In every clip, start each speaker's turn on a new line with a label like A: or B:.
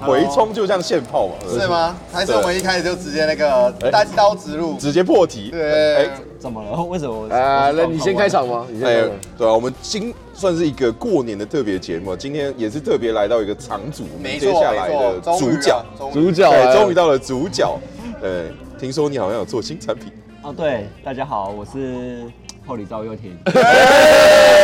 A: 回冲就像现泡嘛，
B: 哦是吗？还是我们一开始就直接那个
A: 哎
B: 单刀直入？
A: 直接破题。
B: 对，
C: 怎么了？为什么我？
D: 啊，那你先开。场吗？你先
A: 哎
D: 开场。，
A: 对啊，我们今算是一个过年的特别节目，今天也是特别来到一个场主，我们
B: 没
A: 哎接
B: 错
A: 下
B: 没
A: 来
B: 错
A: 的，主角，
B: 终于啊终于
D: 主角
A: 对，
D: 哎
A: 终于到了主角。对，听说你好像有做新 产品，
C: 哦，对，大家好，我是厚礼赵又廷。哎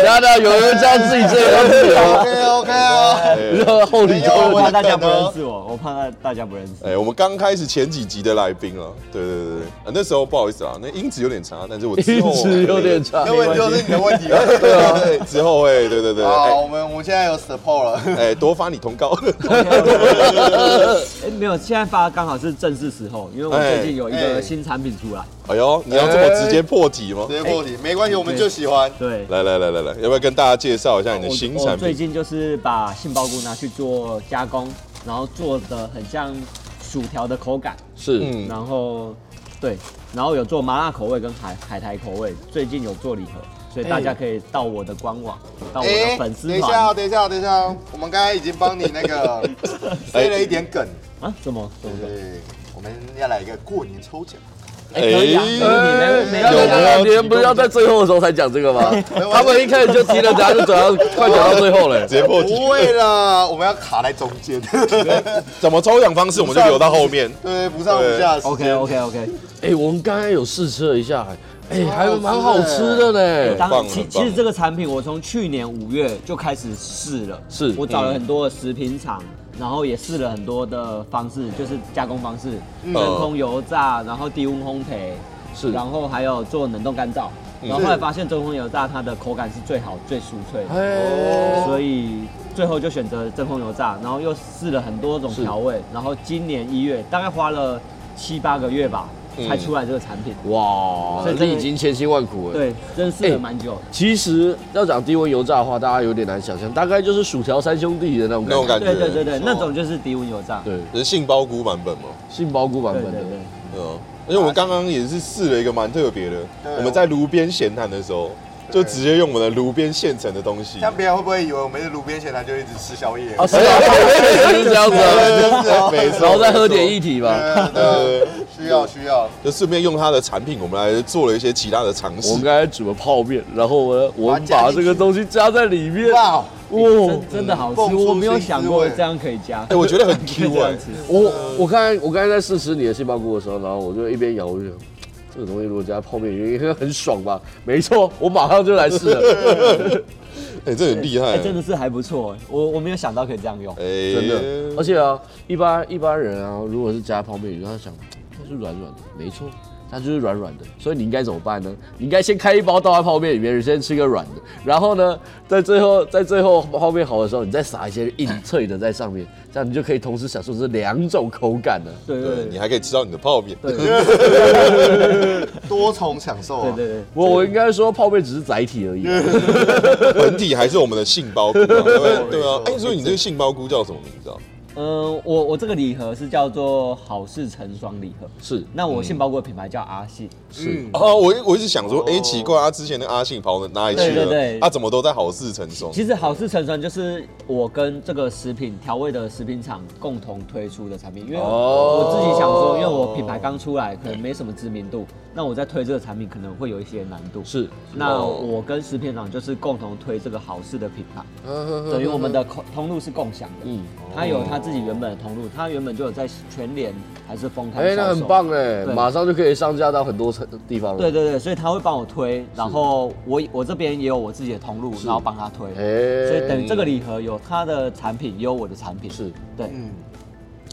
D: 等下等下，啊有人叫自己这个名字吗？
B: OK OK 哦，
A: 哎
D: 然后后里就
C: 我怕
B: 我
C: 大家不
B: 等哦
C: 认识我，我怕大大家不认识。
A: 哎，我们刚开始前几集的来宾了，对对对对，啊那时候不好意思啦，那音质有点差，但是我之后
D: 音质有 点差
B: 那。问题就是你的问题了。
A: 对啊，对，之后会，对对对，
B: 好，
A: 哎
B: 我们我们现在有 support 了，
A: 哎，多发你通告，
C: 哎，没有，现在发刚好是正式时候，因为我最近有一
B: 哎
C: 个新产品出来。
A: 哎呦，你要这么直接破题吗？
B: 直接破题，没关系，我们就喜欢。
C: 对，
A: 来来来来来，要不要跟大家介绍一下你的新
C: 我我
A: 产
C: 最
A: 品？
C: 近就是把杏鲍菇拿去做加工，然后做的很像薯条的口感，
D: 是，
A: 嗯，
C: 然后对，然后有做麻辣口味跟海海苔口味，最近有做礼盒，所以大家可以到我的官网，到我的粉丝
B: 等一下
C: 团
B: 哦，等一下哦，等一下哦，我们刚才已经帮你那个 塞了一点梗，
C: 啊，怎么
A: 哎
C: 怎么了？
B: 对，我们要来一个过年抽奖。
C: 哎，可以啊，
A: 哎
C: 没问题没
D: 有
C: 问题没
D: 没有？
C: 问
D: 你
C: 题。
D: 们不是要在最后的时候才讲这个吗？
C: 嗯
D: 他们一开始就提了，等下就转到快转到最后 了
A: 直。接破题。
B: 不会啦，我们要卡在中 间，
A: 怎么抽奖方式我们就留到后面。
B: 对，不上不下的时间。
C: OK OK OK，
D: 哎，我们刚才有试吃了一下，哎，
C: 哦
D: 还蛮好吃的呢。
A: 棒
C: 当
A: 很
C: 其
A: 棒
C: 其实这个产品我从去年五月就开始试了，
D: 是
C: 我找了很多的食品厂，然后也试了很多的方式，就是加工方式，真空油炸，然后低温烘焙，
D: 是
C: 然后还有做冷冻干燥，然后后来发现真空油炸它的口感是最好最酥脆的，
A: 哦
D: 哎，
C: 所以最后就选择真空油炸，然后又试了很多种调味，然后今年一月大概花了七八个月吧，
A: 嗯
C: 才出来这个产品。
D: 哇，
C: 所以真的
D: 历经千辛万苦哎。
C: 对，真试
D: 哎
C: 了蛮久的。
D: 其实要讲低温油炸的话，大家有点难想象，大概就是薯条三兄弟的那种
A: 那种
D: 感
A: 哎感觉，
D: 觉。
C: 对对对对，那种就是低温油炸。
D: 对，
A: 是杏鲍菇版本嘛，
D: 杏鲍菇版
C: 对
D: 本
C: 对
D: 的。
C: 对，
A: 对啊。而且我们刚刚也是试了一个蛮特别的，我们在炉边闲谈的时候，就直接用我们的炉边现成的东西。
B: 像别人会不会以为我们是路边闲谈就一直吃宵夜？
D: 啊，是啊，确实是这样子啊。
A: 没错，
D: 然后再喝点液体吧。
B: 对对，对需要需要。
A: 就顺便用它的产品，我们来做了一些其他的尝
D: 我
A: 试
D: 们。刚才煮了泡面，然后我我们
B: 把它加
D: 把
B: 进去
D: 这个东西加在里面，哇！哦
B: 哇，
D: 我
C: 真真的好
B: 蹦
C: 吃，
B: 出
C: 我没有
B: 新滋
C: 想过
B: 味
C: 这样可以加
A: 哎，。我觉得很
C: 可以
A: Q
C: 这
A: 哎
C: 样吃，
D: 我刚才我刚才在试吃你的杏鲍菇的时候，然后我就一边咬，我就想这个东西如果加泡面，应该很爽吧？没错，我马上就来试了。
A: 哎，这很厉害
C: 哎，，真的是还不错，我我没有想到可以这样用。
A: 哎，
D: 真的。而且啊，一般一般人啊，如果是加泡面，他想它是软软的，没错。它就是软软的，所以你应该怎么办呢？你应该先开一包倒在泡面里面，先吃个软的，然后呢，在最后在最后泡面好的时候，你再撒一些硬脆的在上面，这样你就可以同时享受这两种口感了。
C: 对对
A: 对
C: 对
A: 你还可以吃到你的泡面。
C: 对对
B: 多重享受
C: 对
B: 啊！
C: 对
D: 我我应该说泡面只是载体而已，啊
A: 本体还是我们的杏鲍菇、啊，对不对？对啊
B: 没错，
A: 哎、所以你这个杏鲍菇叫什么名字啊？
C: 嗯，我我这个礼盒是叫做好事成双礼盒，
D: 是
C: 那
A: 嗯
C: 我杏鲍菇的品牌叫阿信，
B: 嗯
D: 是，
A: 哦，我一我一直想说，哎、奇怪，啊，之前的阿信跑到哪里去了？啊
C: 对对对
A: 他怎么都在好事成双？
C: 其实好事成双就是我跟这个食品调味的食品厂共同推出的产品，因为
D: 哦
C: 我自己想说，因为我品牌刚出来，可能没什么知名度，那我在推这个产品可能会有一些难度。
D: 是
C: 那我跟食品厂就是共同推这个好事的品牌，等于我们的口通路是共享的。
D: 嗯
C: 嗯，它有它自己原本的通路，它原本就有在全联还是丰
D: 哎、
C: 台销售。
D: 那很棒哎，
C: 对
D: 马上就可以上架到很多地方了。
C: 对对对，所以他会帮我推，然后我我这边也有我自己的通路，然后帮他推，
D: 哎
C: 所以等于这个礼盒有他的产品，也有我的产品，
D: 是
C: 对，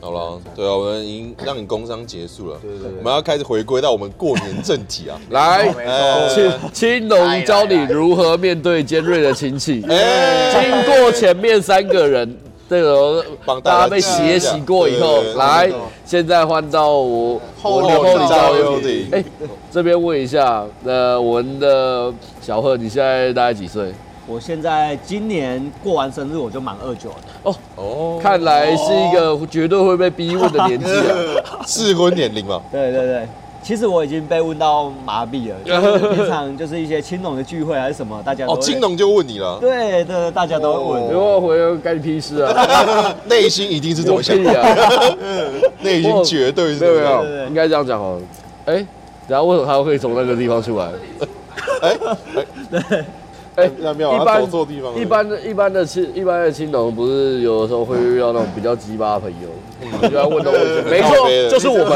A: 好了，对啊，我们已经让你工商结束了，
B: 对对对
A: 我们要开始回归到我们过年正题啊。
D: 来，
B: 没
A: 哎
B: 错，
D: 青青龙教你如何面对尖锐的亲戚。
A: 哎
D: 经过前面三个人，这个
A: 帮大家
D: 大家被血洗过以后
A: 对对，对
D: 来
B: 对对对，
D: 现在换到我
B: 后
D: 我的
B: 后
D: 李
B: 赵
D: 兆
B: 又
D: 佑。
A: 廷
D: 哎，这边问一下，呃，我们的小贺，你现在大概几岁？
C: 我现在今年过完生日我就满二九了，
D: 哦，
A: 哦，
D: 看来是一个绝对会被逼问的年纪啊。
A: 适婚年龄嘛，
C: 对对对，其实我已经被问到麻痹了，就是平常就是一些青农的聚会还是什么，大家都
A: 哦，
C: 会
A: 金龙就问你了，
C: 对对，大家都会问。
D: 如果回来干你屁事啊！
A: 内心一定是这么想
D: 屁，啊！
A: 内心绝 对是
D: 没有
A: 这
D: 没
A: 样。
D: 有，应该这样讲哦。哎，然后为什么他会从那个地方出来？
A: 哎，
D: 哎，
A: 那妙啊
D: 一般
A: 他走错地方了
D: 一般的一般的青一般的青农不是有的时候会遇到那种比较鸡巴的朋友，你就要问到问题。没 错
A: 靠北，的
D: 就是我们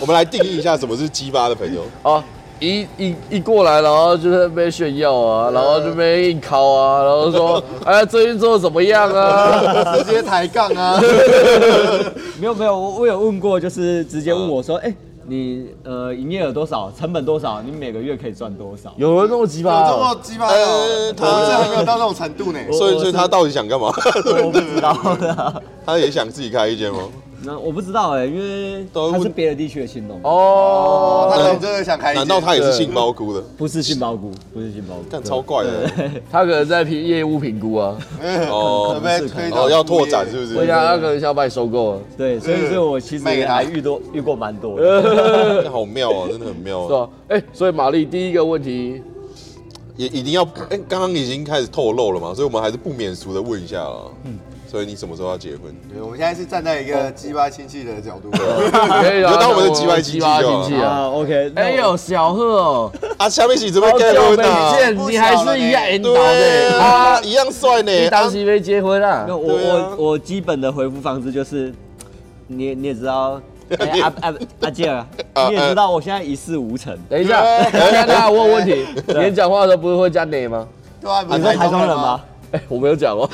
A: 我们来定义一下什么是鸡巴的朋友。
D: 啊。一一一过来，然后就在那边炫耀啊，然后这边硬靠啊，然后说，哎呀，最近做的怎么样啊？
B: 直接抬杠啊！
C: 没有没有，我我有问过，就是直接问我说，哎、你呃营业额多少，成本多少，你每个月可以赚多少？
D: 有人那么鸡
B: 有
D: 巴
B: 这
D: 啊
B: 么？鸡巴的哦
A: 呃，他
B: 我们这还没有到那种程度呢。
A: 所以，
C: 我
A: 所以他到底想干嘛？
C: 我不知道啦，
A: 他也想自己开一间吗？
C: 那我不知道哎、因为
A: 都
C: 他是
A: 问
C: 别的地区的青农，
D: 哦
B: 哦，他可能真的想开一
A: 难
B: 间。
A: 道他也是杏鲍菇的？
C: 不是杏鲍菇，不是杏鲍菇，
A: 干超怪的
D: 他可能在评业务评估啊，
B: 准备推到
A: 哦，要拓展是不
D: 我
A: 是？
D: 想他可能想把你收购啊，
C: 对，所以所以我其实
B: 卖给他
C: 还遇多遇过蛮多的， 啊
A: 好妙啊，真的很妙
D: 是
A: 啊！
D: 吧？哎，所以玛丽第一个问题，
A: 也一定要，哎，刚刚已经开始透露了嘛，所以我们还是不免俗的问一下啦。所以你什么时候要结婚？
B: 对我们现在是站在一个鸡巴亲戚的角度，
D: 可以
A: 你
D: 啊，
A: 就当我们是
D: 鸡
A: 鸡歪
D: 鸡
A: 亲戚
D: 巴
A: 就好哦
D: 亲戚啊。
C: 啊，OK，那我
D: 哎呦，小贺哦，
A: 啊，下面是这边
D: 好
A: 结
D: 久
A: 婚
D: 没
A: 啊？
D: 见，你还是一样引导
A: 对
D: 的
A: 啊，
D: 啊！
A: 一样帅呢。
D: 你当
A: 啊
D: 时没结婚啊
C: 没有？我
A: 对啊
C: 我我基本的回复方式就是，你也你也知 道，哎
A: 你
C: 阿阿阿健啊，
A: 啊
C: 你也知道我现在一事无成，
D: 等一下，等一下，等一下，我有问 题。你们讲话的时候不是会加你 吗？
B: 对啊，不
C: 你
B: 是
C: 是台中人吗？？
D: 哎，我没有讲 哦。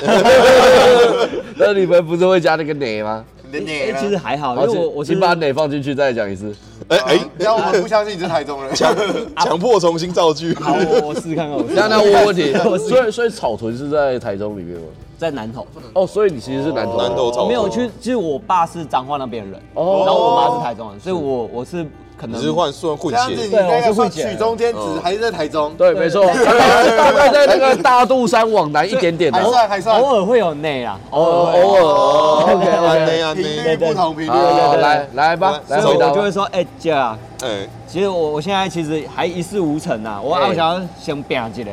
D: 那你们不是会加那个你吗？
B: 你
C: 哎
B: 你
C: 其实还好，因为我我是
D: 请把啊哦你放进去，再讲一次。
A: 哎
B: 哎
A: 哎，，
B: 只要我们不相信你是台中人，
A: 强迫重新造句。
C: 好，我我试试看看，我试
D: 那
C: 试
D: 那
C: 看
D: 我有 问题
C: 我，是
D: 所以所以草屯是在台中里面吗？
C: 在南投，
D: 哦，所以你其实是南投。
A: 南投草屯
C: 没有去，其实我爸是彰化那边人，
D: 哦
C: 然后我妈是台中人，所以我我是可
A: 你
C: 能
A: 是换算混
B: 这样子你
A: 血，
B: 那
C: 对我
B: 个
C: 是会
B: 算
C: 剪
B: 曲中间值还是在台中，
D: 对，没错，大概在那个大肚山往南一点点的
B: 还。算还算，
C: 偶尔会有内啊，
D: 偶尔偶尔，OK
A: 哦安内
D: OK。
A: 安
B: 频
A: 内
B: 率，不同频率。
D: 好，来来吧，来
C: 所以
D: 回
C: 我
D: 答
C: 就
D: 吧
C: 会。说，哎姐啊，
A: 哎，
C: 其实我我现在其实还一事无成啊，我
D: 哎
C: 我想要先拼一下。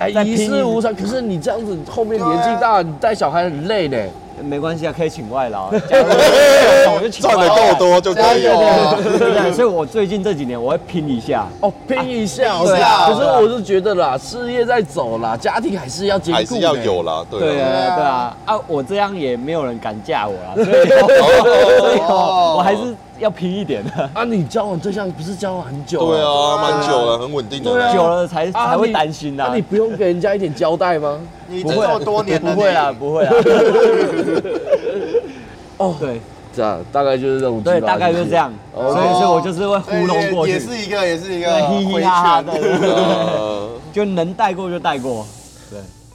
D: 哎，
C: 再拼
D: 一
C: 一
D: 事无成。可是你这样子，后面
A: 啊
D: 年纪大，你带小孩很累呢。
C: 没关系啊，可以请外 劳，假如我就请
A: 赚
C: 外
A: 的
C: 劳
A: 够多就可以
B: 加油
A: 了。
B: 啊
C: 对不对？所以我最近这几年我会拼一下，
D: 哦，
A: 啊
D: 拼一下，
B: 拼一下
D: 可是我是觉得啦，事业在走啦，家庭还是要兼顾，
A: 还是要。有啦，对
C: 对
A: 啊。
C: 啊，对啊，啊，我这样也没有人敢嫁我 啊啦，所以 所以
B: 哦
C: 我还是要拼一点的，
D: 啊，你交往对象不是交往很久？
A: 对，啊，蛮久了，很稳定的。
D: 对啊
C: 久了才
D: 啊
C: 才会担心
D: 那
C: 呐
D: 你。不用给人家一点交代吗？
B: 你这么多年了，
C: 不会啦，
B: 你
C: 不 会啦。哦，对
D: 这样大概就是这种鸡巴
C: 对，
D: 的
C: 大概就是这样，
D: 哦
C: 所以所以我就是会糊
B: 对
C: 弄过
B: 也
C: 去
B: 也，是一个，也是一
C: 对
B: 个
C: 嘻
B: 回
C: 嘻哈哈，
B: 圈。
C: 对对对，
A: 呃，
C: 就能带过就带过。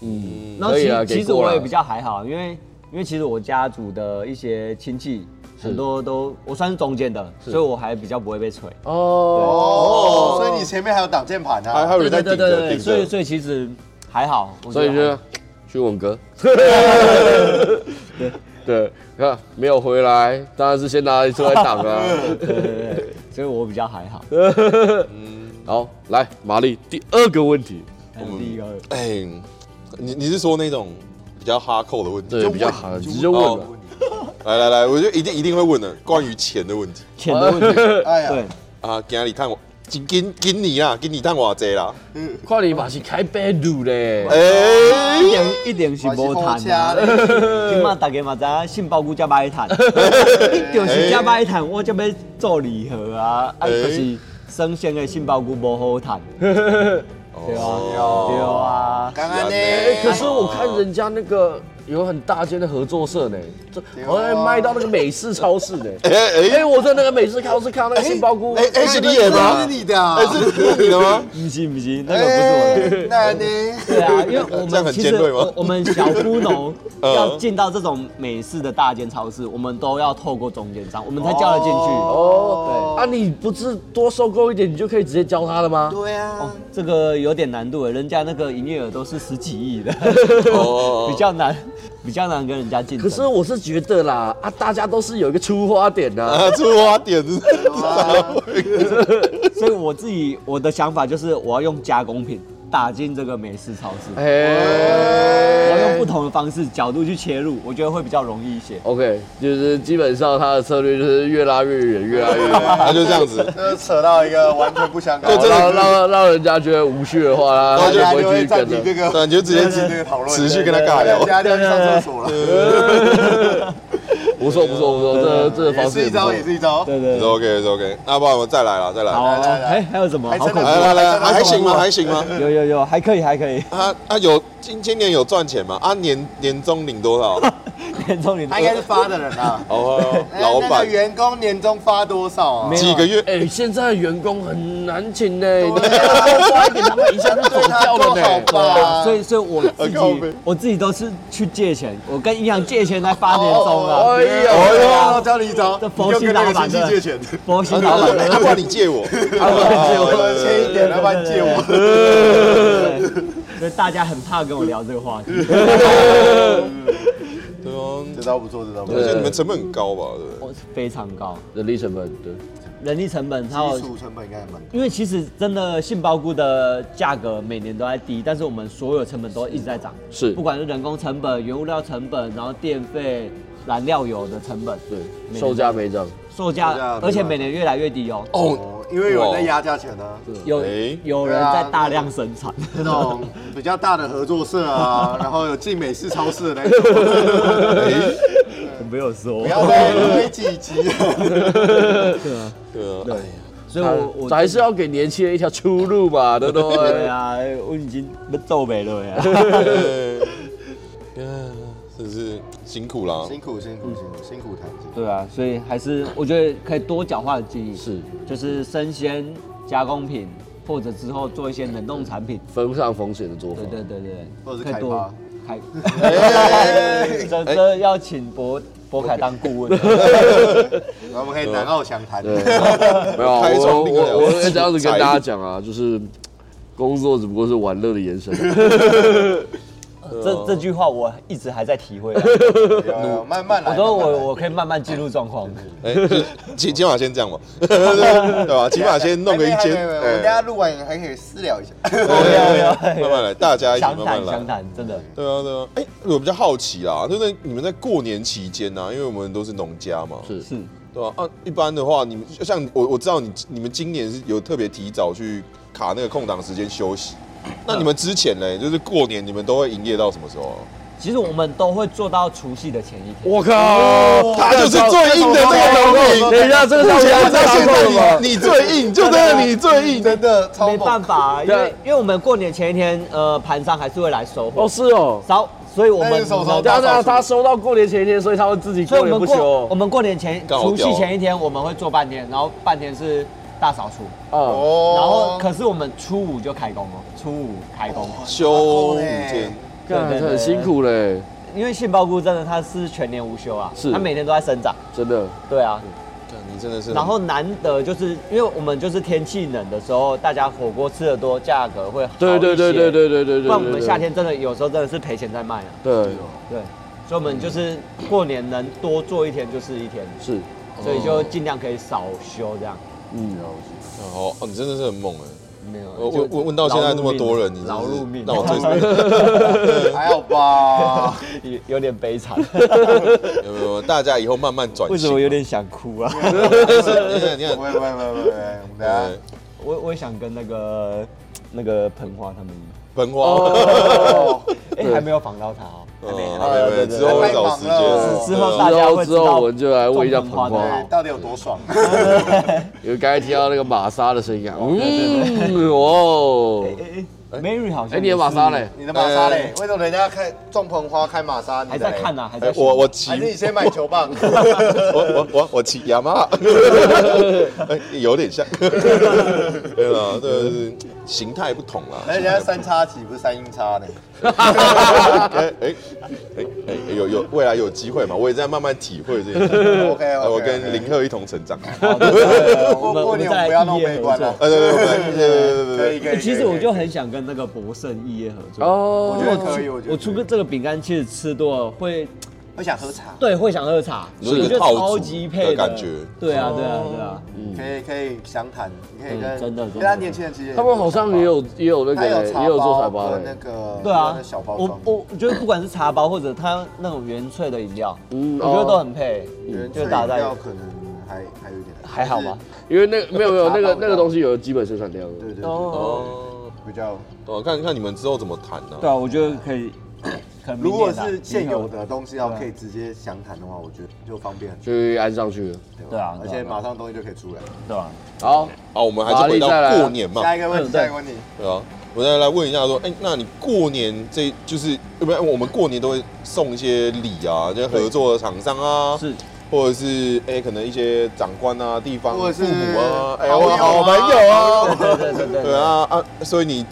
D: 嗯，
C: 然后
D: 可以啊，
C: 其其
D: 给
C: 实
D: 过
C: 我
D: 了
C: 也比较还好，因为因为其实我家族的一些亲戚很多都我算是中间的，所以我还比较不会被锤。
D: 哦
B: 哦，，所以你前面还有挡箭盘
A: 还还
B: 啊。
A: 有人在顶着顶
C: 所以
A: 着。
C: 所以其实还好，我觉
D: 所
C: 得
D: 以就去 文哥。对，你看没有回来，当然是先拿出来挡 啊。
C: 对对对，对所以我比较还好。
D: 好，来，玛丽，第二个问题，
C: 还有第一个，
A: 哎，你你是说那种比较哈扣的问题？
D: 对，比较好，直接问了。
A: 来来来，我就一定一定会问的，关于钱的问题
C: 钱的问题，
B: 哎
C: 对
B: 呀，，
A: 啊，今你探我，今今今你啦，今你探我济啦，
D: 快点把是开白路嘞！
A: 哎，
C: 一点一点是无
B: 我
C: 谈
B: 是
C: 啊
B: 好。
C: 今嘛大家嘛知影，杏鲍菇才 歹谈，就是才歹谈，我才要做礼盒啊，啊，
A: 哎
C: 就是生鲜的杏鲍菇无好谈，对啊，
A: 哦
C: 对啊。
B: 刚刚呢？
D: 哎可是我看人家那个有很大间的合作社呢，这好像卖到那个美式超市呢。
A: 啊哎哎
D: 哎，我在那个美式超市看到那个杏鲍菇，
A: 哎哎，是你演吗
B: 是？你的啊
A: 哎，。是是你的吗？
C: 不是不是，那个不是我的。
B: 哎那呢？
C: 对啊， 因为我
A: 这样
C: 们
A: 很
C: 其实
A: 尖锐吗
C: 我我们小菇农
A: 嗯
C: 要进到这种美式的大间超市，我们都要透过中间商，我们才叫得进去。哦，
D: 哦，啊，你不是多收购一点，你就可以直接教他了吗？
A: 哦
B: 对啊，
C: 这个有点难度诶，人家那个营业额都是十几亿的，
A: 哦
C: 比较难。比较难跟人家竞争。
D: 可是我是觉得啦，啊，大家都是有一个出发点呐、
A: 啊，出发点是
C: 所以我自己我的想法就是，我要用加工品打进这个美式超市，
D: 哎、
C: 我要用不同的方式角度去切入，我觉得会比较容易一些。
D: OK，就是基本上他的策略就是越拉越远，越拉越远。
A: 他啊就这样 子，
B: 这扯到一个完全不相干，
A: 对这
D: 让让让人家觉得无趣的话，他
B: 大
D: 就
A: 啊
B: 家
D: 不
B: 就
D: 会
B: 会
D: 去
B: 暂
D: 跟
B: 停
D: 了。
B: 这个，
A: 对你就直接
B: 这个讨论，
A: 持续跟他尬聊
B: 大家就要去上厕所了，
D: 不错不错不错，这
A: 啊
D: 这个
B: 也
D: 方式
B: 是一
D: 不
B: 招，
D: 错
B: 也是一招。
C: 对
A: 是
C: 对，
A: OK 是 OK。那不然我们再来了，再来
C: 好，
A: 啦，
B: 来来
C: 哎，还有什么？
B: 还
C: 好
B: 真的
C: 恐
B: 是
A: 来来来，
B: 还
A: 还行吗？
B: 还
A: 还行吗？
C: 怖！有有有，还可以，还可以。
A: 啊啊有今今年有赚钱吗？啊年年终领多少？
C: 严重你
B: 他应该是发的人啊，
A: 哦，老
B: 那个
A: 板
B: 员工年终发多少啊
C: 没？
A: 几个月？
D: 哎、现在员工很难请呢、你
B: 对
A: 啊
D: 多发一点，他们一下就走
B: 对他
D: 掉了
B: 够
D: 呢、
B: 好吧？
C: 所以，所以我自
A: 靠
C: 己
A: 北，
C: 我自己都是去借钱，我跟银行借钱来发年终啊。
D: 哎呀
B: 哎呀，教你一招，
C: 这
B: 你
C: 佛
B: 就
C: 系
B: 跟那
C: 老
B: 个
C: 板
B: 亲
C: 的
B: 戚借钱，
C: 佛系
A: 啊
C: 老板
A: 对啊
C: 的，
A: 不然你借我，
B: 我欠一点，老板借我。
C: 对所以大家很怕跟我聊这个话题。
A: 对啊，
B: 这招不错，这招不
A: 而
B: 错。
A: 且你们成本很高吧？对不对？
C: 我非常高，
D: 人力成本对，
C: 人力成本它有
B: 基础成本应该还蛮高。
C: 因为其实真的杏鲍菇的价格每年都在低，但是我们所有成本都一直在涨，
D: 是
C: 不管是人工成本、原物料成本，然后电费、燃料油的成本，
D: 对，售价没涨，
C: 售价
B: 售价没，
C: 而且
B: 办法
C: 每年越来越低哦。
A: 哦，
B: 哦，因为有人在压价钱呢，
C: 有
A: 哎
C: 有人在大量生产，
B: 那种比较大的合作社啊，然后有进美式超市的那种，
C: 我没有说
B: 不，要被被几级。
A: 对啊，哎呀
C: 所以我我
D: 还是要给年轻人一条出路嘛，对不
C: 对
D: 对？
C: 啊，我已经被皱没了呀。
A: 哎呀，真是辛苦啦。
B: 辛苦辛苦辛苦辛苦台积。
C: 对啊，所以还是我觉得可以多角化的记忆，
D: 是
C: 就是生鲜加工品，或者之后做一些冷冻产品。
D: 分散风险的做法
C: 对，对对对，
B: 或者是
C: 可以
B: 开
C: 多
B: 发
C: 开，
A: 哎
C: 这这要请博博凯当顾问，啊
B: 然后我们可以南澳详谈。
D: 对，没有，啊
A: 开
D: 我
A: 创另外
D: 我我
A: 两个
D: 会这样子跟
A: 财路
D: 大家讲啊，就是工作只不过是玩乐的延伸，啊
C: 这这句话我一直还在体会啊。
B: 有有慢慢来。
C: 我说
B: 慢慢来
C: 我我可以慢慢进入状况，
A: 哎，起起码先这样吧，对吧？起码先弄个一
B: 还哎没
A: 间
B: 还没还没，我们等一下
A: 哎
B: 录完还可以私聊一下。
C: 没有
A: 慢慢来，大家一起
C: 详
A: 慢
C: 谈
A: 慢
C: 详
A: 来。
C: 谈，真的。
A: 对啊，对啊。哎，我比较好奇啦，就是你们在过年期间啊呢，因为我们都是农家嘛，
D: 是
C: 是，
A: 对啊，啊，一般的话，你们像我我知道你你们今年是有特别提早去卡那个空档时间休息，那你们之前呢，就是过年你们都会营业到什么时候啊？
C: 其实我们都会做到除夕的前一天。
D: 我靠，
A: 他就是最硬的那个农民。
D: 等一下，这个
A: 目
D: 是
A: 前到现
D: 的
A: 在
D: 吗？
A: 你你最硬，就真的你最 硬。
B: 哎真 的超
C: 没办
B: 猛。
C: 法、啊因
D: 对
C: 为因为我们过年前一天，呃，盘商还是会来收货
D: 哦，，是哦，
C: 扫、所以我
B: 那
C: 们嗯
B: 你手手
D: 对啊对啊，
B: 大扫除
D: 他收到过年前一天，所以他会自己
C: 所以
D: 过
C: 我们
D: 年不
C: 过
D: 休哦
C: 我。们过年前
A: 干好
C: 除
A: 屌哦
C: 夕前一天我们会做半天，然后半天是大扫除，
D: 哦，
B: 哦
C: 然后可是我们初五就开工了，哦初五开工，
D: 哦
A: 休五天，
D: 干
C: 对对对
D: 很辛苦嘞，
C: 因为杏鲍菇真的它是全年无休啊，
D: 是
C: 它每天都在生长，
D: 真的。
C: 对啊，
A: 干你真的是。
C: 然后难得就是因为我们就是天气冷的时候，大家火锅吃的多，价格会好一
D: 对
C: 些，
D: 对对对对对对对。
C: 不然我们夏天真的有时候真的是赔钱在卖啊。
D: 对
C: 对，所以我们就是过年能多做一天就是一天，
D: 是，
C: 所以就尽量可以少休这样。
D: 嗯，
A: 哦，哦你真的是很猛哎！
C: 没有，
A: 我
C: 就
A: 我我问到现在那么多人，你真的是
C: 劳碌命，
A: 那我 最
B: 还好 吧？
C: 有 有点悲 惨，
A: 没有没有，大家以后慢慢转型。
C: 为什么有点想哭啊？
A: 你看你 看，
B: 不会不会不会不会，哎我们等下
A: 呃，
C: 我我也想跟那个那个彭华他们一样，
A: 盆花，
B: 哦
C: 哎、还没有访到他哦，
A: 嗯
C: 还没，
A: 没
B: 哎
C: 还没有
A: 没，
C: 对
A: 之后
C: 对
A: 会找时间。
C: 之后
A: 对啊
C: 大家会知
D: 哎之后
C: 道
D: 我们就来问一下彭华
C: 种
B: 对
C: 的
B: 哎到底有多 爽？
D: 因为刚才听到那个玛莎的声音啊，嗯，哦，
C: 哎哎，Mary 好像
D: 哎，你的玛莎嘞？
B: 你的玛莎嘞？为什么人家开种盆花开玛莎？你
C: 还
B: 的嘞
C: 在看？啊呢、还在
A: 哎
C: 选
A: 我我骑
B: 还是你先买球 棒？
A: 我我我我骑 雅马哈，哎有点像。对啦，对，形态不同 啦。
B: 而且现在三叉戟不是三英叉的，
A: 哎哎哎哎，有有未来有机会嘛？我也在慢慢体会这件 事。哎
B: OK，
A: 我跟林鹤一同成长。啊
C: 好就是
B: 过过年我们不要弄悲观了。
A: 呃，对对对对对
B: 可
A: 对对，
B: 以可以。
C: 哎其实我就
B: 可以
C: 很想跟那个博胜异业合作。
D: 哦，
B: 我觉得可以，我觉得
C: 我出个
B: 个，
C: 这个饼干，其实吃多了会，
B: 我想喝茶，
C: 对，会想喝茶，
A: 是
C: 我觉
A: 一个
C: 得
A: 套
C: 超
A: 组
C: 级
A: 的
C: 配的
A: 感觉
C: 对啊，对啊，对啊。
B: 可以可以详谈，你可以
C: 嗯
B: 跟
C: 真的真的
B: 跟他年轻人其实
D: 他们好像也有也有那
B: 他有
D: 个
B: 茶包
D: 也有做彩包
B: 跟那
D: 的，
B: 个
C: 对啊
B: 小，包
C: 我
B: 装，
C: 我我觉得不管是茶包或者它那种原萃的饮料，
D: 嗯
C: 我觉得
D: 哦
C: 都很配，嗯就打在
B: 要可能还还有一点，
C: 还好吧？
D: 因为那个没有没有
B: 茶包
D: 那
B: 的
D: 个那个东西有基本生产量。
B: 对对对，
C: 哦，
B: 比较。
A: 哦，看看你们之后怎么谈呢？
C: 对啊，我觉得可以。可能明
B: 如果
C: 年啊
B: 是现有，
C: 明年
B: 的东西要
C: 对啊
B: 可以直接详谈的话，我觉得就方便很多，
D: 就安上去了。
B: 对吧
C: 对啊对啊
B: 而且马上东西就可以出来。
C: 对吧？
D: 好，
A: 啊，我们还是回到过年嘛，
B: 下一个问题，
C: 嗯对
B: 下一个问题，
A: 对啊。我再来问一下，说，哎、那你过年这就是，要不然我们过年都会送一些礼啊，就是合作的厂商啊，
C: 是
A: 或者是哎、可能一些长官啊、地方
B: 或者
A: 父
B: 是
A: 母啊，哎、
B: 好友
D: 哦
A: 我
B: 啊
A: 好朋友
C: 对
A: 啊，
C: 对对对对
A: 对啊啊，所以你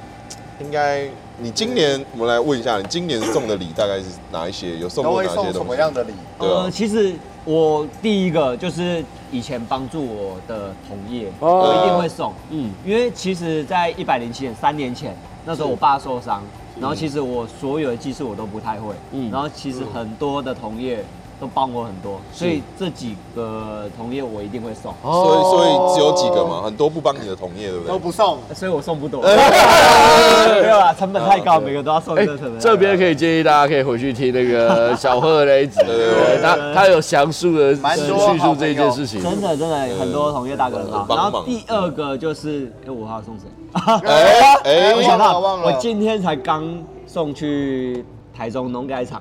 A: 应该，你今年我们来问一下，你今年送的礼大概是哪一些？有送
B: 都
A: 过
B: 会
A: 哪些
B: 送
A: 东西？
B: 什么样的礼？
A: 对啊
C: 呃，其实我第一个就是以前帮助我的同业，
D: 哦
C: 我一定会送，
D: 嗯，
C: 因为其实，在一百零七年，三年前，那时候我爸受伤，然后其实我所有的技术我都不太会，
D: 嗯
C: 然后其实很多的同业都帮我很多，所以这几个同业我一定会送，
A: 所以所以只有几个嘛，很多不帮你的同业，对不
B: 哦都
A: 对？
B: 不送，
C: 所以我送不多， 没有啦，成本太高，每个都要啊送一
D: 哎
C: 个成本太高。
D: 这边可以建议大家可以回去听那个小贺那 一集，对他他有详述的
B: 蛮多
D: 叙述这件事情。
C: 真的真的很多同业大哥很好
A: 很。帮
C: 然
A: 忙
C: 后第二个就是，哎，我还要送谁？
A: 哎哎，
B: 我
C: 我想
B: 忘了
C: 到，
B: 忘了
C: 我今天才刚送去台中农改厂，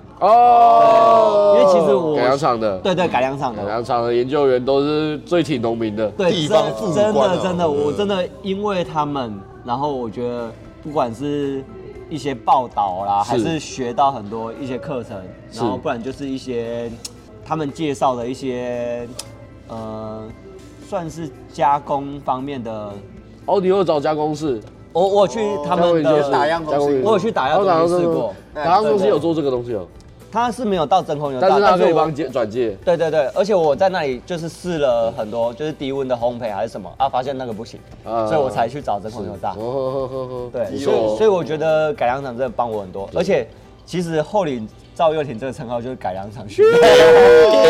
D: 哦
C: 对因为其实我
D: 改良厂的，
C: 对对，改良厂
D: 改
C: 的。
D: 良厂的研究员都是最挺农民的。
C: 对，
A: 地
C: 真
A: 方父
C: 真
A: 官啊
C: 的真的，
A: 嗯
C: 我真的因为他们，然后我觉得不管是一些报道啦，还
D: 是
C: 是学到很多一些课程，然后不然就是一些他们介绍的一些呃，算是加工方面的。
D: 哦，你有找加工室？
C: 我我去他们
D: 加工室
C: 的
B: 打样公司
D: 加工室
C: 我有去打样公司
D: 哦公司
C: 试过
D: 打样公司有做这个东西哦，
C: 他是没有到真空牛轧，
D: 但是他可以
C: 我
D: 帮接转介。
C: 对对对，而且我在那里就是试了很多，就是低温的烘焙还是什么啊，发现那个不行，
D: 啊
C: 所以我才去找真空牛轧
D: 哦。呵呵呵呵，
C: 对，
D: 不
C: 所以
D: 错
C: 所以我觉得改良厂真的帮我很多，而且其实后领赵又廷这个称号就是改良厂 学的，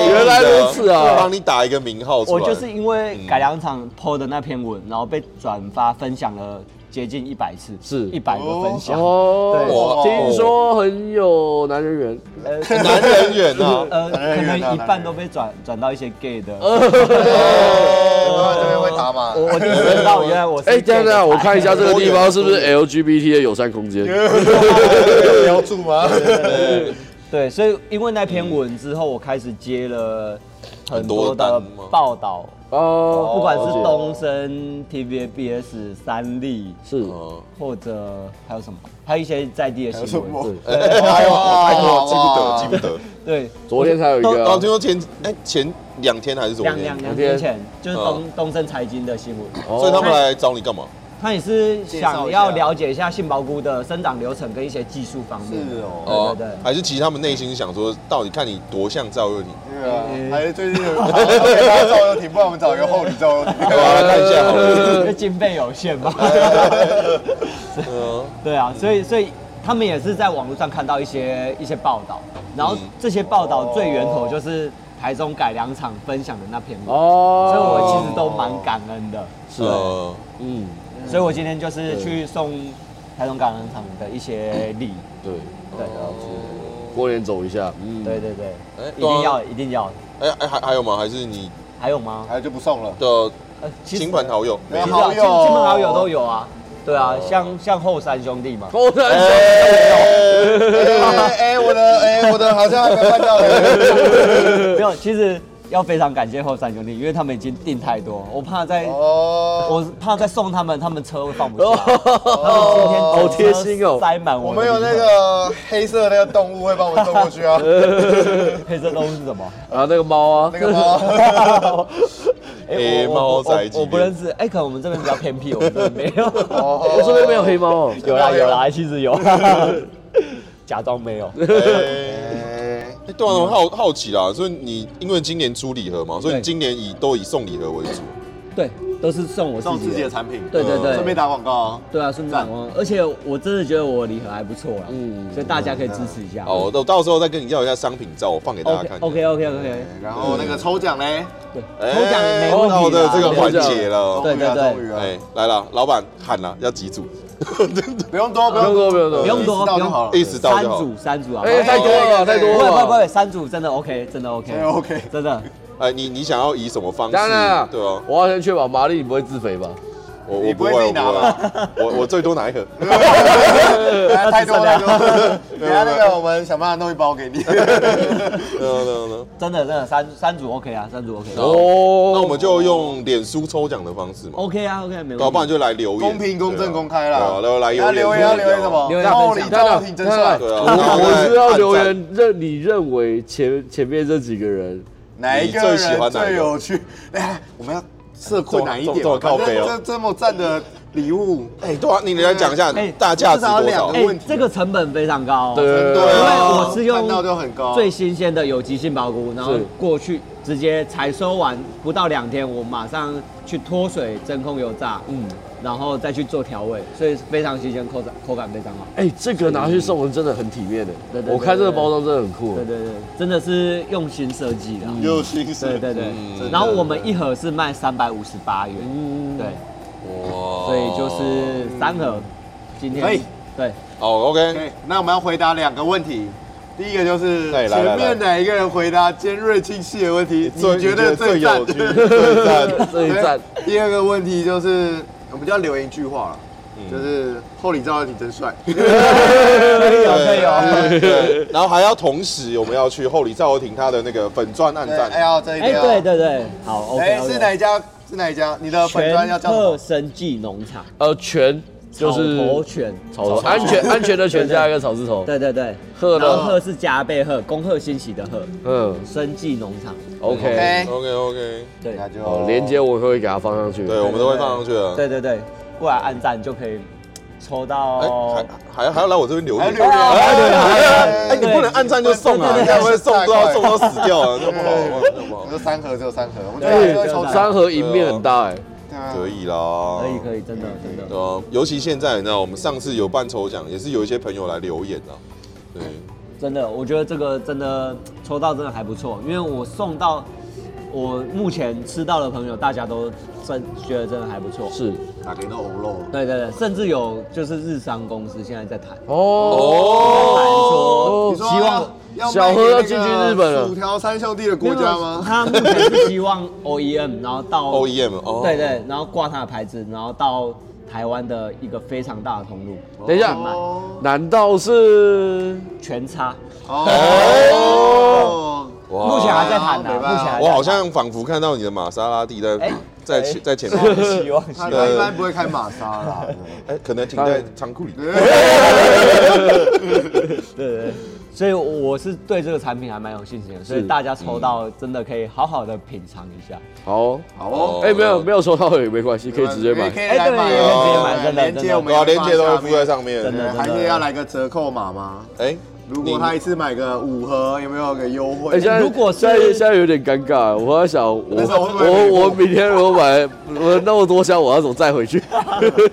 D: 原来如此啊
A: 哎帮你打一个名号出
C: 我
A: 来。
C: 就是因为改良厂 PO 的那篇文，然后被转发分享了接近一百次，
D: 是
C: 一百个分享。
D: 哦，
A: 对哇
D: 听说很有男人缘，
C: 呃
A: 男人缘
D: 哎
A: 啊，
C: 呃，
B: 男
C: 可
B: 人缘啊
C: 能
B: 男
C: 一半
B: 人
C: 都被转转到一些 gay 的。
D: 呃
B: 我这边会打码。
C: 我我第一次知道，原来我是
D: 哎，等
C: gay
D: 一下等一
C: 的
D: 下，我看一下这个地方是不是
A: 多
D: LGBT 的友善空间？
B: 标注吗？
C: 对，所以因为那篇文之后，我开始接了很多的
A: 很多单吗
C: 报道，
D: 哦，
C: 不管是
D: 了解
C: 东升、TVBS、三立，
D: 是
A: 哦
C: 或者还有什么，还有一些在地的
B: 什
C: 新闻。
B: 么？
A: 哎呦，太多记不得，记不得。
C: 对，
D: 昨天才有一
A: 然后
D: 个
A: 听说前哎前两天还是昨
C: 两
A: 天
C: 两，两年前就是东东升财经的新闻，
D: 哦
A: 所以他们来找你干嘛？
C: 他也是想
B: 介绍
C: 要
B: 一下
C: 了解一下杏鲍菇的生长流程跟一些技术方面。
B: 是哦
C: 对对对。
A: 还是其实他们内心想说，到底看你多像赵又廷？
B: 对啊，
C: 嗯
B: 还是最近有好 OK，大家赵又廷，不然我们找一个后李赵又廷。
A: 对啊吧？来
C: 啊
A: 看一下好了。
C: 因为经费有限嘛。对啊，所以所以他们也是在网络上看到一些一些报道，然后这些报道最源头就是台中改良厂分享的那篇文，
D: 哦
C: 所以我其实都蛮感恩的。
D: 是哦，
A: 呃，
D: 嗯，
C: 所以我今天就是去送台中改良厂的一些礼，
D: 对，
C: 对
D: 过年走一下，嗯，
C: 对对对，啊
A: 哎
C: 一定要一定要。
A: 哎哎，还还有吗？还是你
C: 还有吗？
B: 还就不送了。
A: 的
C: 呃，其实
A: 亲朋好友？
C: 其
A: 没
C: 实
A: 有
C: 啊
B: 没好友
C: 亲亲朋好友都有啊，对啊，像像后山兄弟嘛，
D: 哦，那
B: 哎哎，我的哎我的好像还没看到。
C: 没有，其实要非常感谢后山兄弟，因为他们已经订太多，我怕再、
B: 哦，
C: 我怕再送他们，他们车会放不下。他们今天
D: 好贴心哦
C: 塞满我
B: 我
C: 们
B: 们
C: 的
B: 有
C: 礼
B: 那
C: 盒
B: 个黑色的那个动物会帮我们送过去啊，
C: 黑色动物是什么？
D: 然后那个猫啊
B: 那，个猫。
C: 哎、
A: 黑
C: 我
A: 猫
C: 我我
A: 宅急
C: 我不认
A: 便。
C: 识。哎，可能我们这边比较偏僻，我们这边没有。
A: 哦
D: 我这边没有黑猫哦，
C: 有啦有啦，其实有， 假装没有。
A: 哎
B: 哎
A: 哎对啊，我好好奇啦，所以你因为今年出礼盒嘛，所以
C: 嗯对
A: 你今年以都以送礼盒为主。
C: 对，都是送 我
B: 送
C: 自
B: 自己
C: 己
B: 的
C: 的。
B: 产品，
C: 对对对，
B: 顺便打广告哦。
C: 对啊，顺便打光，而且我真的觉得我礼盒还不错啦，
D: 嗯
C: 嗯，所以大家可以支持一下。
A: 哦，那我到时候再跟你要一下商品照，我放给大家
C: ，OK
A: 看。
C: OK OK OK，
B: 对然后那个抽奖嘞，
C: 对，
A: 哎
C: 抽奖也没问题啦
A: 到的这个环
D: 抽奖
A: 节了。
C: 对对对
B: 终于啊，终于
A: 哎
B: 啊，
A: 来了，老板喊了，要几组？
B: 不用多，不
D: 不用
B: 用
D: 多
B: 多，
D: 不用多
C: 不用多
B: 一次到就好了
A: 不用一次到
C: 三
A: 就好
C: 组三组啊，
D: 哎，太多了太多
C: 不
D: 了，
C: 会不会不会，三组真的 OK，真的
B: 哎
C: OK，
B: ，OK，
C: 真的
A: 哎，你你想要以什么方式？
D: 当然啊，
A: 对啊，
D: 我要先确保玛丽你不会自肥吧？
A: 我
B: 你
A: 我不
B: 不
A: 会，啊我
B: 会自己拿吧
A: 不会我我最多拿一 盒。
B: 哎太多
C: 那
B: 太多，
C: 只
B: 等下那个我们想办法弄一包给 你。
A: no no no，
C: 真的真的三三组 OK 啊，三组 OK
A: 好啊
D: 哦
A: 那我们就用脸书抽奖的方式嘛，
C: OK 啊 OK 没
A: 要
C: 问
A: 不然
C: 题。
A: 就来留言，
B: 哦公平、公正、公开啦。
A: 对啊然后来
B: 那
A: 留言，
B: 留言要留言什么？
D: 留言
B: 道
C: 分
B: 理
C: 享
B: 赵道挺真帅。
A: 对 啊
D: 我
A: 然后
D: 我知道
A: 再
D: 留
A: 按
D: 言认你认为前前面这几个人，
B: 哪一个
A: 你最喜欢
B: 人
A: 哪一个
B: 最有趣？ 哎，我们要设困难一点嘛，
A: 这么这么靠
B: 反
A: 北哦
B: 正这这么赞的礼物，
A: 哎，对啊，你来讲一下
C: 哎
A: 大价值
B: 至少
A: 多
B: 两
A: 少
B: 个？
C: 哎
B: 问题，啊
C: 这个成本非常高哦，
D: 对
A: 对
C: 因为
A: 啊
C: 我是用
B: 看到就很高
C: 最新鲜的有机杏鲍菇，然后
D: 是
C: 过去直接采收完不到两天，我马上去脱水真空油炸，
D: 嗯
C: 嗯，然后再去做调味，所以非常新鲜，口感口感非常好。
D: 哎，这个拿去送人真的很体面的
C: 对对，对
D: 我看这个包装真的很酷
C: 对，对对，真的是用心设计的。
B: 有心思。
C: 对对对
A: 嗯，
C: 然后我们一盒是卖三百五十八元，
D: 嗯，
C: 对，
A: 哇
C: 所以就是三
B: 哦
C: 盒，今
B: 可
C: 天
B: 以
C: 对
A: 哦，OK，
B: OK，那我们要回答两个问题。第一个就是
A: 哎来来来
B: 前面哪一个人回答尖锐清晰的问题，
A: 最
B: 你觉得最
A: 最
B: 赞
A: 有趣、？最赞
D: 最赞。
B: 第二个问题就是我们叫留言句话了，就是厚礼照你真帅。
A: 对
C: 哦
B: 有
A: 对，然后还要同时我们要去后里赵婷她的那个粉钻暗
B: 对，哎
A: 赞，
B: 呀，这一
C: 哎
B: 条
C: 对对对，好
B: 哎
C: OK，
B: 是哪一家？是哪一家？你的粉砖要
C: 全
B: 叫什么
C: 特？生技农场，
D: 呃，全就
C: 草头
D: 是
C: 犬，
D: 草头，安全安全的全加一个草字头，
C: 对对对，
D: 鹤呢
C: 然后鹤是加倍鹤，恭贺新喜的贺，
D: 嗯
C: 生技农场，
D: ，OK，
B: OK，
A: OK OK，
C: 对
B: 哎那就
D: 哦，连接我会给它放上去，
A: 对，我们都会放上去的。
C: 对对对，过来按赞就可以抽
A: 哎，
C: 到
A: 还。还还要来我这边留
B: 还有
A: 言
B: 留。言，
C: 哎对
A: 哎，哎
B: 哎
A: 你不能按赞就送啊，
B: 对对对
A: 你会不会送到
B: 对
A: 送到死掉 啊，这不好，这不好
B: 我。说三盒只有三盒，我们
C: 对
B: 最后抽啊
C: 对
D: 三盒赢面很大哎，
A: 可以啦，
C: 可以可以，真的真的
A: 对啊，尤其现在，你知道，我们上次有办抽奖，也是有一些朋友来留言啊。对，
C: 真的，我觉得这个真的抽到真的还不错，因为我送到我目前吃到的朋友，大家都真觉得真的还不错。
D: 是
B: 打给那欧肉，
C: 对对对，甚至有就是日商公司现在在谈，
D: 哦
B: 哦你说
C: 哦希望
B: 要
D: 小何要进军日本了
B: 薯条三兄弟的国家吗？
C: 他目前是希望 OEM，然后到
A: OEM 哦
C: 对对，然后挂他的牌子，然后到台湾的一个非常大的通路，
D: 等一下，难道是
C: 全差，
B: 哦，
A: 哇
C: 目前还在谈呢、
B: 没办法
C: 目前还在谈
A: 我好像仿佛看到你的玛莎拉蒂在
C: 哎
A: 在前在前面，
C: 希 望
B: 他他一般不会开玛莎啦，
A: 哎，可能停在仓库里。
C: 对对对，所以我是对这个产品还蛮有信心的，所以
D: 是
C: 大家抽到真的可以好好的品尝一下。
D: 好哦？
B: 好哦，
D: 哎，没有没有收到也没关系，可以直接买
B: 可以。来买，链接我们
A: 对啊，链接都会附在上面。
C: 真的
B: 还是要来个折扣码吗？
A: 哎，
B: 如果他一次买个五盒，有没有个优惠？
D: 哎，现在
C: 如果是
D: 现在现在有点尴尬，我在想，我
B: 那时候会不会没
D: 我我
B: 货
D: 明天如果买我那么多箱，我要怎么载回去？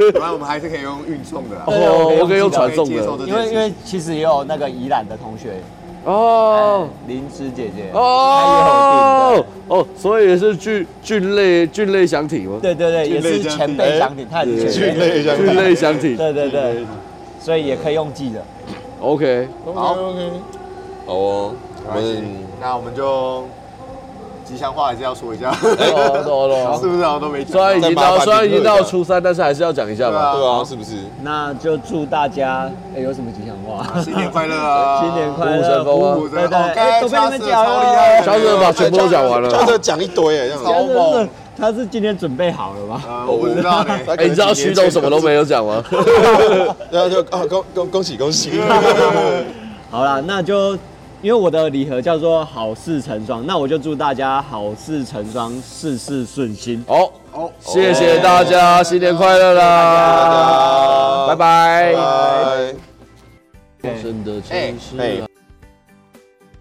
B: 不然我们还是可以用运送的啦。
D: 哦，我可以用
B: 用
D: 传送
B: 接受
D: 的
B: 这件事
C: 因为因为其实也有那个宜兰的同学，
D: 哦。
C: 林芝姐姐，她也有
D: 哦
C: 订的。
D: 哦，所以是菌菌类菌类箱体吗？
C: 对对对，也是前辈商品，她也是前
A: 菌
C: 辈。
A: 类一下。
D: 菌类箱体。
C: 对对对，所以也可以用寄的。
D: OK，
A: 好 OK，好哦，我
B: 没关系
A: 们
B: 那我们就吉祥话还是要说一 下，
D: 哦懂了懂了
B: 是。不是啊？我都没
D: 哦虽然已
B: 讲。
D: 经到虽然已经到初三，但是还是要讲一下吧。
B: 对
A: 对啊，是不是？
C: 那就祝大家哎有什么吉祥话？
B: 新年快乐啊！
C: 新年快
D: 虎虎
C: 乐，
D: 生风啊
C: 虎
B: 对
C: 对
B: 对，哦
C: 对，
B: 刚才
C: 哎都被你们讲
B: 超厉害
C: 了啊
B: 的，
D: 超市把全部都讲完了
A: 他这讲一堆哎，这样子
B: 好
C: 真的
B: 猛
C: 是他是今天准备好了吗？
B: 呃，我不知道呢。
D: 哎，你知道徐总什么都没有 讲吗？
A: Dạ, ờ, 然后就啊，恭恭恭喜恭喜！
C: 好啦，那就因为我的礼盒叫做好事成双，那我就祝大家好事成双，事事顺心。
D: 好，
B: 哦，
D: 谢谢大家，新年快乐
A: Dạ.
D: 啦！拜拜。
A: 拜。
D: 陌生的城市
A: 哎哎
D: 啊。